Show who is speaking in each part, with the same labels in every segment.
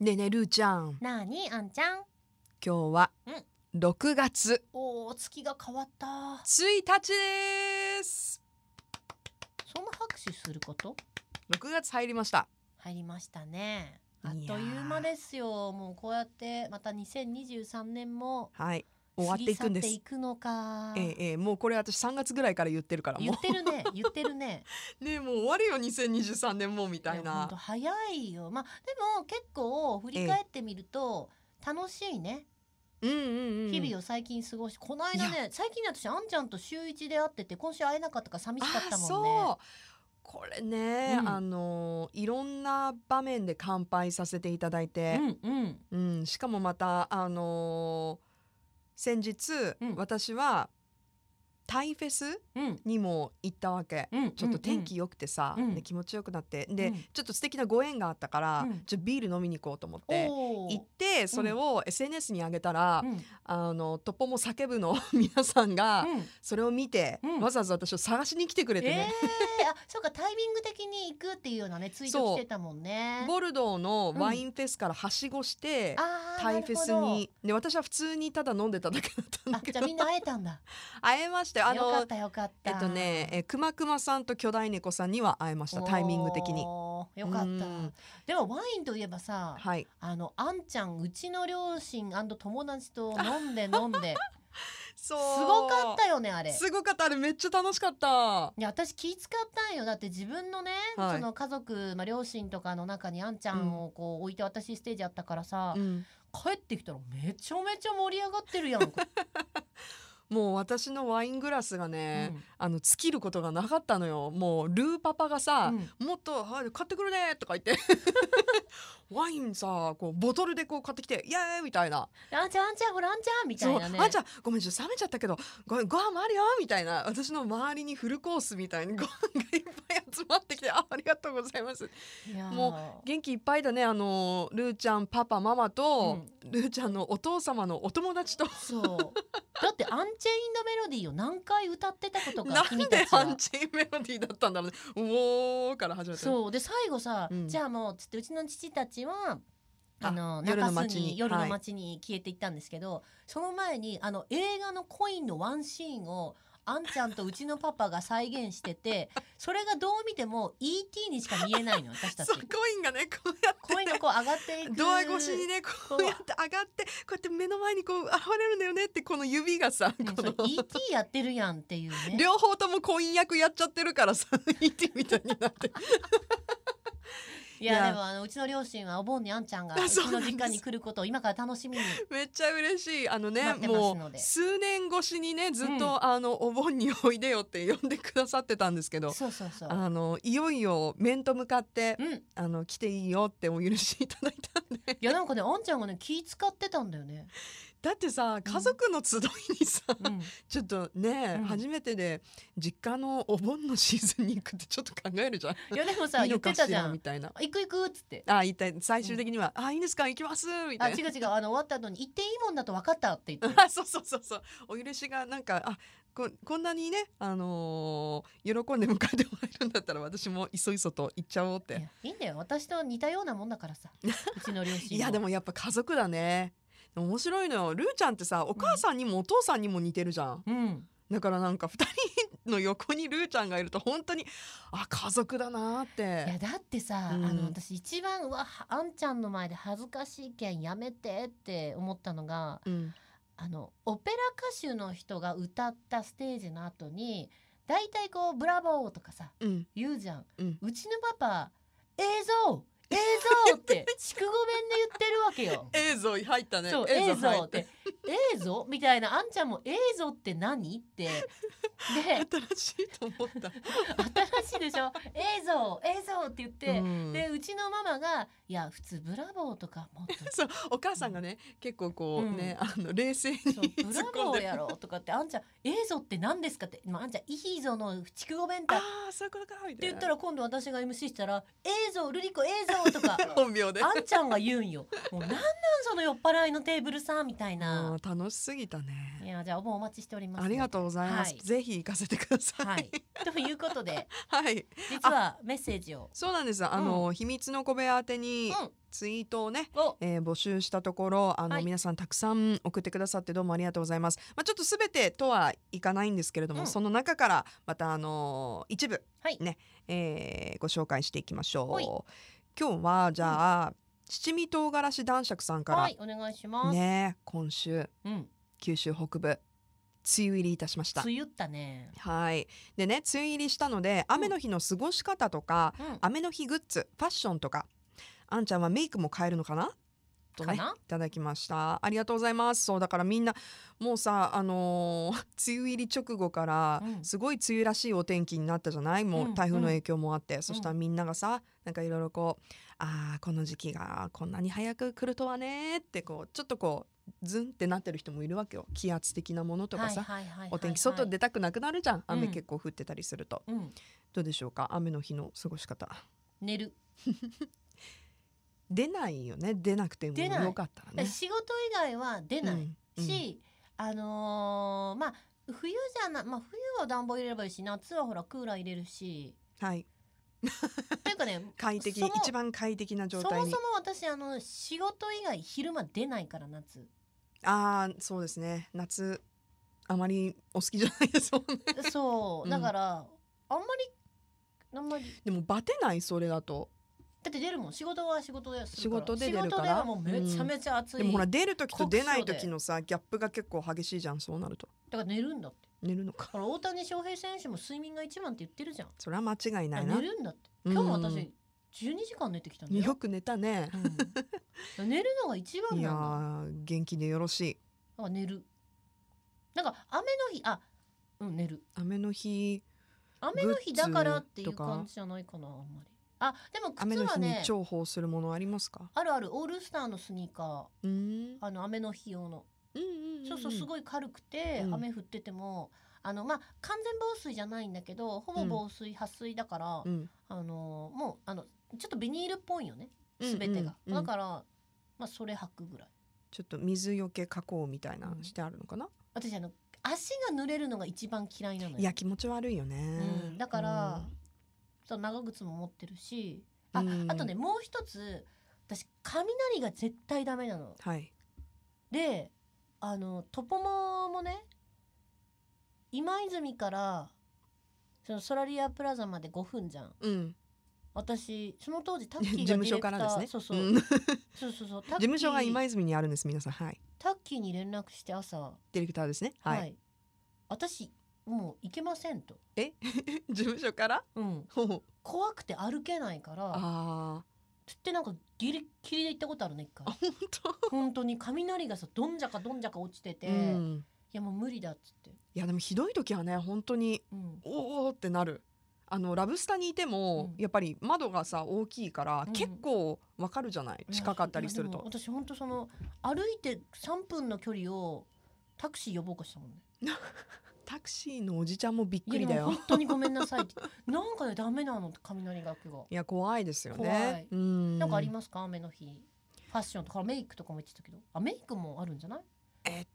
Speaker 1: ねえねえるーちゃん
Speaker 2: なあにあんちゃん
Speaker 1: 今日は
Speaker 2: うん
Speaker 1: 6月
Speaker 2: おお月が変わった
Speaker 1: 1日です
Speaker 2: そんな拍手すること
Speaker 1: 6月入りました
Speaker 2: 入りましたねあっ
Speaker 1: いやー
Speaker 2: という間ですよもうこうやってまた2023年も
Speaker 1: はい終わっ
Speaker 2: 過
Speaker 1: て
Speaker 2: ぎ
Speaker 1: い
Speaker 2: 去
Speaker 1: く
Speaker 2: っ
Speaker 1: んで
Speaker 2: て
Speaker 1: す
Speaker 2: いくのか
Speaker 1: ええええもうこれ私3月ぐらいから言ってるから
Speaker 2: 言
Speaker 1: も
Speaker 2: ってるね言ってるね
Speaker 1: うねえもう終わるよ2023年もうみたい
Speaker 2: やほん
Speaker 1: な
Speaker 2: と早いよまあでも結構振り返ってみると、楽しいね
Speaker 1: うんうんうん
Speaker 2: 日々
Speaker 1: を
Speaker 2: を最近過ごして、この間
Speaker 1: い
Speaker 2: ね最近ね私あんちゃんと週一で会ってて今週会えなかったから寂しかった
Speaker 1: あ
Speaker 2: もんね
Speaker 1: そうこれね、
Speaker 2: うん
Speaker 1: あのいろんな場面で乾杯させていただいて、
Speaker 2: うんうん
Speaker 1: うん、しかもまたあのー先日、
Speaker 2: うん
Speaker 1: 私はタイフェス
Speaker 2: うん
Speaker 1: にも行ったわけ。
Speaker 2: うん
Speaker 1: ちょっと天気良くてさ、
Speaker 2: うん
Speaker 1: で気持ちよくなってで、
Speaker 2: うん
Speaker 1: ちょっと素敵なご縁があったから、
Speaker 2: うん
Speaker 1: ちょっとビール飲みに行こうと思って
Speaker 2: おー
Speaker 1: 行ってそれを SNS に上げたら、
Speaker 2: うん
Speaker 1: あのトッポも叫ぶの 皆さんが
Speaker 2: うん
Speaker 1: それを見て、
Speaker 2: うん
Speaker 1: わざわざ私を探しに来てくれて
Speaker 2: ええ
Speaker 1: ね、
Speaker 2: あ、そうか、タイミング的に行くっていうようなね、ツイー
Speaker 1: そ
Speaker 2: ト
Speaker 1: う
Speaker 2: してたもんね。
Speaker 1: ボルドーのワインフェスからはしごして、
Speaker 2: あー
Speaker 1: タイフェス。
Speaker 2: なるほど
Speaker 1: にで私は普通にただ飲んでただけだったんだ
Speaker 2: あ、
Speaker 1: け
Speaker 2: じ
Speaker 1: ど
Speaker 2: ゃあみんな会えたんだ。
Speaker 1: 会えましたよあ
Speaker 2: よかっ
Speaker 1: の
Speaker 2: たよかった。
Speaker 1: えっとねえくまくまさんと巨大猫さんには会えました
Speaker 2: おー
Speaker 1: タイミング的に
Speaker 2: よかっ
Speaker 1: うん
Speaker 2: た。でもワインといえばさ、
Speaker 1: はい
Speaker 2: あのあんちゃんうちの両親友達と飲 んで飲んで、
Speaker 1: そ
Speaker 2: す
Speaker 1: う
Speaker 2: ごかったよねあれ。
Speaker 1: すごかったあれめっちゃ楽しかった
Speaker 2: いや私気使ったんよだって自分のね、
Speaker 1: はい
Speaker 2: その家族、まあ、両親とかの中にあんちゃんをこう置いて私ステージあったからさ、
Speaker 1: うん
Speaker 2: 帰ってきたらめちゃめちゃ盛り上がってるやん か、
Speaker 1: もう私のワイングラスが
Speaker 2: う
Speaker 1: ね、
Speaker 2: ん
Speaker 1: あの尽きることがなかったのよもうルーパパがさ、
Speaker 2: うん
Speaker 1: もっと、はい、買ってくるねとか言 ってワインさこうボトルでこう買ってきてイエーイみたいな
Speaker 2: あんちゃんあんちゃんほらあんちゃんみたいなね
Speaker 1: そうあじゃあごめんちょっと冷めちゃったけどごご飯もあるよみたいな私の周りにフルコースみたいに ご飯がいっぱい集まってきてあありがとうございます
Speaker 2: いやー
Speaker 1: も元気いっぱいだねあのルーちゃんパパママと、ルーちゃんのお父様のお友達と
Speaker 2: そうだってアンチェインドメロディーを何回歌ってたこと
Speaker 1: な
Speaker 2: か
Speaker 1: ん
Speaker 2: 君
Speaker 1: で
Speaker 2: たち
Speaker 1: ア
Speaker 2: は
Speaker 1: ンチェインメロディーだったんだろうねうおーから始まった
Speaker 2: そうで最後さ、
Speaker 1: うん
Speaker 2: じゃあもうつってうちの父たちは
Speaker 1: あ
Speaker 2: あの
Speaker 1: 夜
Speaker 2: 中
Speaker 1: の
Speaker 2: 洲
Speaker 1: 街
Speaker 2: に
Speaker 1: に
Speaker 2: 夜
Speaker 1: は
Speaker 2: の
Speaker 1: い
Speaker 2: 街に消えていったんですけど、その前にあの映画の「コイン」のワンシーンをあんちゃんとうちのパパが再現して てそれがどう見ても E.T. にしか見えないの私 たち
Speaker 1: そう。コインがねこうやって
Speaker 2: コインがこう上がっていく
Speaker 1: ドア越しにねこうやって上がってこうやって目の前にこう現れるんだよねってこの指がさ
Speaker 2: ね
Speaker 1: こ
Speaker 2: それ
Speaker 1: の
Speaker 2: ET やってるやんっていうね
Speaker 1: 両方とも婚約やっちゃってるからさ ET みたいになって
Speaker 2: い
Speaker 1: い
Speaker 2: や
Speaker 1: や
Speaker 2: でもあのうちの両親はお盆にあんちゃんがう
Speaker 1: あ
Speaker 2: ち
Speaker 1: そうな
Speaker 2: の
Speaker 1: んです
Speaker 2: 実家に来ることを今から楽しみに
Speaker 1: めっちゃ嬉しいあのね
Speaker 2: 待ってます
Speaker 1: も
Speaker 2: の
Speaker 1: う
Speaker 2: で
Speaker 1: 数年越しにねずっと、
Speaker 2: うん
Speaker 1: あのお盆においでよって呼んでくださってたんですけど
Speaker 2: そうそうそう
Speaker 1: あのいよいよ面と向かって
Speaker 2: うんい
Speaker 1: あの来ていいよってお許しいただいたんで
Speaker 2: やなんかねあんちゃんがね気使ってたんだよね、
Speaker 1: だってさ家族の集いにさ、
Speaker 2: うん、
Speaker 1: ちょっとね、
Speaker 2: うん
Speaker 1: 初めてで実家のお盆のシーズンに行くってちょっと考えるじゃん
Speaker 2: いやでもさ
Speaker 1: いい
Speaker 2: 言っ
Speaker 1: のか
Speaker 2: て
Speaker 1: したら
Speaker 2: じゃん
Speaker 1: みたいな
Speaker 2: 行く行くっつって
Speaker 1: あ一体最終的には「あいいんですか行きます」み
Speaker 2: あ
Speaker 1: たい
Speaker 2: 違
Speaker 1: な
Speaker 2: う違うあの終わった後に行っていいもんだと分かったって言って
Speaker 1: あそうそうそうそうお許しがなんかあここんなにね、あのー喜んで迎えてもらえるんだったら私もいそいそと行っち ゃおうっ
Speaker 2: い
Speaker 1: て
Speaker 2: やいいんだよ私と似たようなもんだ からさうちの両親
Speaker 1: いやでもやっぱ家族だね面白いのよルーちゃんってさお母さんにもお父さんにも似てるじゃん、
Speaker 2: うん
Speaker 1: だからなんか2人の横にルーちゃんがいると本当にあ家族だなーっ
Speaker 2: いや
Speaker 1: て
Speaker 2: だってさ、
Speaker 1: うん
Speaker 2: あの私一番うわあんちゃんの前で恥ずかしいけんやめてって思ったのが
Speaker 1: うん
Speaker 2: あのオペラ歌手の人が歌ったステージの後に大体こう「ブラボー」とかさ
Speaker 1: うん
Speaker 2: 言うじゃん、
Speaker 1: うん。
Speaker 2: ちのパパ「映像映像」って筑語弁で言ってるわけよ
Speaker 1: 映像入ったね
Speaker 2: そう映像って「映像?」みたいなあんちゃんも「映像って何?」ってで
Speaker 1: 新しいと思った、
Speaker 2: 新しいでしょ「映像映像」って言って、
Speaker 1: うん
Speaker 2: でうちのママが「いや普通ブラボーとかもっと
Speaker 1: そうお母さんがね結構こうね、あの冷静に
Speaker 2: そうブ
Speaker 1: 突
Speaker 2: ラ
Speaker 1: っ込ん
Speaker 2: ボ
Speaker 1: で
Speaker 2: ーやろとかってあんちゃん「映像って何ですか?」って「まああんちゃんいいぞの筑後弁太」
Speaker 1: あ
Speaker 2: って
Speaker 1: あそういうことかみたい
Speaker 2: 言
Speaker 1: な
Speaker 2: ったら今度私が MC し たら「映像ルリコ映像」とか
Speaker 1: 本名で
Speaker 2: あんちゃんが言うんよ。もうなんなんその酔っ払いのテーブルさんみたいな。
Speaker 1: あー楽しすぎた
Speaker 2: い
Speaker 1: ね。
Speaker 2: やじゃあお盆お待ちしております、
Speaker 1: ありがとうございます。
Speaker 2: はい
Speaker 1: ぜひ行かせてください。
Speaker 2: はい。ということで
Speaker 1: はい、
Speaker 2: 実はメッセージを、
Speaker 1: そうなんです。あの、秘密の小部屋宛て
Speaker 2: う
Speaker 1: に
Speaker 2: ん、
Speaker 1: ツイートをね。
Speaker 2: を
Speaker 1: えー募集したところあの、
Speaker 2: はい
Speaker 1: 皆さんたくさん送ってくださってどうもありがとうございます、まあ、ちょっとすべてとはいかないんですけれども、
Speaker 2: うん
Speaker 1: その中からまた、あのー一部、
Speaker 2: はい
Speaker 1: ねえーご紹介していきまし
Speaker 2: はい
Speaker 1: ょう今日はじゃあ、七味唐辛子男爵さんから、
Speaker 2: はいお願いします、
Speaker 1: ね今週
Speaker 2: うん
Speaker 1: 九州北部梅雨入りいたしました
Speaker 2: 梅雨ったね
Speaker 1: はいでね梅雨入りしたので雨の日の過ごし方とか、
Speaker 2: うん
Speaker 1: 雨の日グッズファッションとかあんちゃんはメイクも変えるのかなと
Speaker 2: か
Speaker 1: ね
Speaker 2: ない
Speaker 1: ただきましたありがとうございますそうだからみんなもうさあのー 梅雨入り直後から
Speaker 2: うん
Speaker 1: すごい梅雨らしいお天気になったじゃないも
Speaker 2: うん
Speaker 1: う台風の影響もあって、そしたらみんながさなんかいろいろこうあーこの時期がこんなに早く来るとはねってこうちょっとこうズンってなってる人もいるわけよ気圧的なものとかさ、
Speaker 2: はいはいはいはいはい
Speaker 1: お天気外出たくなくなるじゃん雨
Speaker 2: うん
Speaker 1: 結構降ってたりすると、
Speaker 2: うん
Speaker 1: どうでしょうか雨の日の過ごし方
Speaker 2: 寝る
Speaker 1: 出ないよね出なくても
Speaker 2: 出ない
Speaker 1: よかったらね
Speaker 2: 仕事以外は出ない、
Speaker 1: うんうん
Speaker 2: し、あのーまあ冬じゃな、まあ、冬は暖房入れればいいし夏はほらクーラー入れ るし
Speaker 1: はい
Speaker 2: というかね
Speaker 1: 快適
Speaker 2: そも
Speaker 1: 一番快適な
Speaker 2: そ
Speaker 1: 状
Speaker 2: もそ
Speaker 1: 態
Speaker 2: も
Speaker 1: に
Speaker 2: 私あの仕事以外昼間出ないから 夏
Speaker 1: ああそうですね夏あまりお好きじゃないですもんね
Speaker 2: そううんだから、あんまりあんまり
Speaker 1: でもバテないそれだと
Speaker 2: だって出るもん仕事は仕事でするから
Speaker 1: 仕事で出るから
Speaker 2: 仕事ではもうめちゃめちゃ暑い、
Speaker 1: でもほら出る時と出ない
Speaker 2: 酷暑で
Speaker 1: 時のさギャップが結構激しいじゃんそうなると
Speaker 2: だから寝るんだって
Speaker 1: 寝るのか
Speaker 2: ほら大谷翔平選手も睡眠が一番って言ってるじゃん
Speaker 1: それは間違いないな
Speaker 2: 寝るんだって今日も
Speaker 1: う
Speaker 2: 私
Speaker 1: ん
Speaker 2: 12時間寝てきたんだよ
Speaker 1: よく寝たね
Speaker 2: うん、寝るのが一番
Speaker 1: い
Speaker 2: な
Speaker 1: や
Speaker 2: んだ
Speaker 1: ー元気でよろしい
Speaker 2: なんか寝るなんか雨の日あうん寝る
Speaker 1: 雨の日
Speaker 2: 雨の日だからってい
Speaker 1: グッ
Speaker 2: う
Speaker 1: ズとか
Speaker 2: 感じじゃないかなあんまりあでも
Speaker 1: 雨
Speaker 2: 靴
Speaker 1: の
Speaker 2: は
Speaker 1: 日に
Speaker 2: ね
Speaker 1: 重宝するものありますか
Speaker 2: あるあるオールスターのスニーカ
Speaker 1: うーん
Speaker 2: ーあの雨の日用の、
Speaker 1: うんうんんん
Speaker 2: そうそうすごい軽くて、
Speaker 1: うん
Speaker 2: 雨降っててもあのまあ完全防水じゃないんだけどほぼ防水撥水だから、
Speaker 1: うん
Speaker 2: あのもうあのちょっとビニールっぽいよね
Speaker 1: うん
Speaker 2: 全てが、
Speaker 1: うんうん
Speaker 2: だからまあそれ履くぐらい
Speaker 1: ちょっと水よけ加工みたいな
Speaker 2: うん
Speaker 1: してあるのかな、
Speaker 2: 私あの足が濡れるのが一番嫌いなのよ
Speaker 1: いや気持ち悪いよね、
Speaker 2: うんだからそう長靴も持ってるしあ,、
Speaker 1: うん
Speaker 2: あとねもう一つ私雷が絶対ダメなの。
Speaker 1: はい
Speaker 2: であのトポモもね今泉からそのソラリアプラザまで5分じゃん
Speaker 1: うん、
Speaker 2: 私その当時タッキ ー
Speaker 1: 事
Speaker 2: がディレ
Speaker 1: 務
Speaker 2: クタ
Speaker 1: 所か
Speaker 2: ー
Speaker 1: らですね。
Speaker 2: そうそう,、
Speaker 1: ん事
Speaker 2: そうそ うそうタッキー
Speaker 1: 務所が今泉にあるんです。皆さん、はい。
Speaker 2: タッキーに連絡して朝
Speaker 1: ディレクターですね。はい。
Speaker 2: 私もう行けませんと、
Speaker 1: 事務所から。
Speaker 2: うん、
Speaker 1: ほう
Speaker 2: 怖くて歩けないから
Speaker 1: あ
Speaker 2: つってなんかギリギリで行ったことあるね一回
Speaker 1: あ、本当。
Speaker 2: 本当に雷がさどんじゃかどんじゃか落ちてて、
Speaker 1: う
Speaker 2: い
Speaker 1: ん。
Speaker 2: やもう無理だっつって、
Speaker 1: いや、でもひどい時はね、本当に、
Speaker 2: うん、
Speaker 1: おーおーってなる。あのラブスタにいても、
Speaker 2: うん
Speaker 1: やっぱり窓がさ大きいから、
Speaker 2: うん
Speaker 1: 結構わかるじゃない近かったりする
Speaker 2: いや
Speaker 1: と
Speaker 2: でも私本当その歩いて3分の距離をタクシー呼ぼうかしたもんね
Speaker 1: タクシーのおじちゃんもびっくり
Speaker 2: いや
Speaker 1: だ
Speaker 2: でも
Speaker 1: よ
Speaker 2: 本当にごめんな さいってなんかねダメなの雷が来が
Speaker 1: いや怖いですよ
Speaker 2: 怖
Speaker 1: ね
Speaker 2: い
Speaker 1: うん
Speaker 2: なんかありますか雨の日ファッションとかメイクとかも言ってたけどあメイクもあるんじゃない
Speaker 1: えっ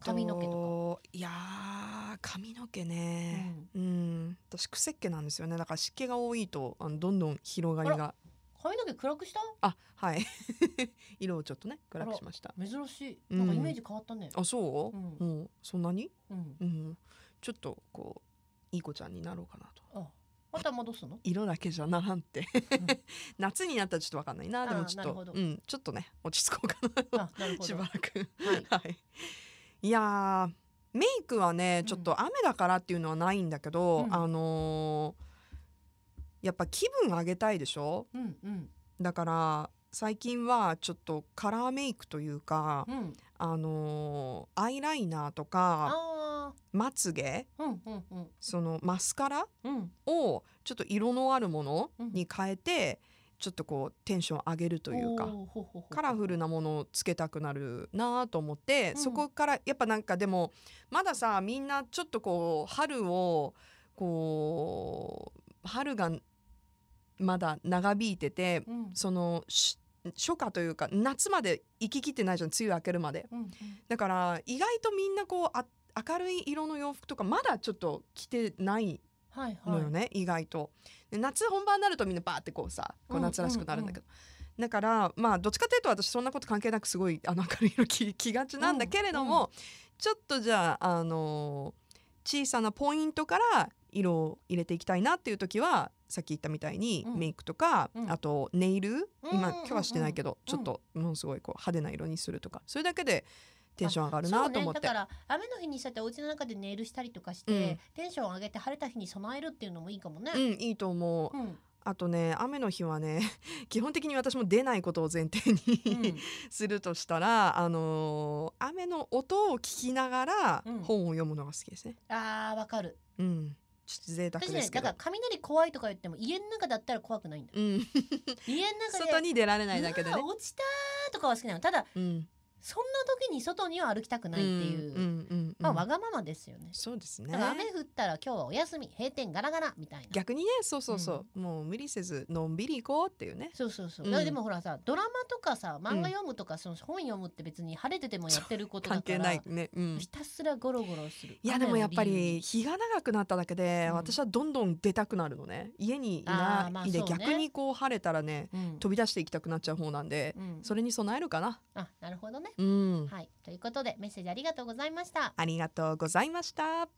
Speaker 2: 髪の毛と
Speaker 1: といやー髪の毛ね、うん私癖っ気なんですよねだから湿気が多いとあのどんどん広がりが
Speaker 2: か髪の毛暗くした
Speaker 1: あはい 色をちょっとね暗くしました
Speaker 2: 珍しい
Speaker 1: うん
Speaker 2: なんかイメージ変わったね
Speaker 1: あそう、
Speaker 2: う
Speaker 1: もうそんなに、
Speaker 2: うん
Speaker 1: うん、ちょっとこういい子ちゃんになろうかなと
Speaker 2: あまた戻すの
Speaker 1: 色だけじゃならんって 夏になったらちょっとわかんないなで
Speaker 2: あ
Speaker 1: も
Speaker 2: ー
Speaker 1: ちょ
Speaker 2: な
Speaker 1: っ
Speaker 2: る
Speaker 1: と
Speaker 2: ほど
Speaker 1: うん、ちょっとね落ち着こうか な
Speaker 2: あなるほ
Speaker 1: し
Speaker 2: ど
Speaker 1: ば
Speaker 2: は
Speaker 1: らく
Speaker 2: い
Speaker 1: はい、いやーメイクはね
Speaker 2: ん
Speaker 1: ちょっと雨だからっていうのはないんだけど、
Speaker 2: うん
Speaker 1: あのーやっぱ気分上げたいでしょ
Speaker 2: うんうん
Speaker 1: だから最近はちょっとカラーメイクというか、
Speaker 2: うん
Speaker 1: あのーアイライナーとか
Speaker 2: あ
Speaker 1: まつげ
Speaker 2: あうんうんうん
Speaker 1: そのマスカラ
Speaker 2: うん
Speaker 1: をちょっと色のあるもの
Speaker 2: うん
Speaker 1: に変えて、ちょっとこうテンション上げるというか。
Speaker 2: おーほうほうほう
Speaker 1: カラフルなものをつけたくなるなと思って、
Speaker 2: うん
Speaker 1: そこからやっぱなんかでもまださみんなちょっとこう春をこう春がまだ長引いてて
Speaker 2: うん
Speaker 1: そのし初夏というか夏まで行ききってないじゃん梅雨明けるまで
Speaker 2: うんうん
Speaker 1: だから意外とみんなこうあ明るい色の洋服とかまだちょっと着てない
Speaker 2: はいは
Speaker 1: の
Speaker 2: い
Speaker 1: よね、意外とで夏本番になるとみんなバーってこうさこ
Speaker 2: う
Speaker 1: うん夏らしくなるんだけど、だからまあどっちかというと私そんなこと関係なくすごいあの明るい色 着着がちなんだけれども、ちょっとじゃあ、あのー小さなポイントから色を入れていきたいなっていう時はさっき言ったみたいに
Speaker 2: うん
Speaker 1: メイクとか、
Speaker 2: うん
Speaker 1: あとネイル、
Speaker 2: うん
Speaker 1: 今
Speaker 2: うん
Speaker 1: 今日はしてないけど、
Speaker 2: うん
Speaker 1: ちょっとものすごいこう派手な色にするとかそれだけでテンション上がる
Speaker 2: そう
Speaker 1: な
Speaker 2: ね
Speaker 1: と思って。
Speaker 2: だから雨の日にしたってお家の中でネイルしたりとかして、
Speaker 1: うん
Speaker 2: テンション上げて晴れた日に備えるっていうのもいいかもね。
Speaker 1: うん、いいと思う
Speaker 2: うんうん
Speaker 1: あとね雨の日はね 基本的に私も出ないことを前提に、 するとしたら、あのー雨の音を聞きながら
Speaker 2: うん
Speaker 1: 本を読むのが好きですね。
Speaker 2: あーわかる。
Speaker 1: うん、ちょっと贅沢
Speaker 2: 私
Speaker 1: で
Speaker 2: ね
Speaker 1: すけ
Speaker 2: だ
Speaker 1: ど、
Speaker 2: から雷怖いとか言っても家の中だったら怖くないんだよ。
Speaker 1: うん、
Speaker 2: 家の中で
Speaker 1: 外に出られないだけで
Speaker 2: う
Speaker 1: ね。
Speaker 2: わー落ちたーとかは好きなの。ただ
Speaker 1: うん、
Speaker 2: そんな時に外には歩きたくないってい
Speaker 1: うんうん
Speaker 2: う、
Speaker 1: うんうん
Speaker 2: まあわがままですよね。
Speaker 1: そうですね
Speaker 2: だから雨降ったら今日はお休み閉店ガラガラみたいな。
Speaker 1: 逆にねそうそうそう、もう無理せずのんびり行こうっていうね
Speaker 2: そうそうそう、
Speaker 1: うん
Speaker 2: だからでもほらさドラマとかさ漫画読むとか、その本読むって別に晴れててもやってること
Speaker 1: 関
Speaker 2: だから
Speaker 1: 係ないね、うん、
Speaker 2: ひたすらゴロゴロする。
Speaker 1: いやでもやっぱり日が長くなっただけで、
Speaker 2: うん
Speaker 1: 私はどんどん出たくなるのね家にい
Speaker 2: あーま
Speaker 1: な
Speaker 2: あ
Speaker 1: いで、
Speaker 2: そうね
Speaker 1: 逆にこう晴れたらね
Speaker 2: 雨の理由、うん
Speaker 1: 飛び出していきたくなっちゃう方なんで、
Speaker 2: うん
Speaker 1: それに備えるかな
Speaker 2: あなるほどね。
Speaker 1: うん、
Speaker 2: はいということでメッセージありがとうございました。
Speaker 1: ありがとうございました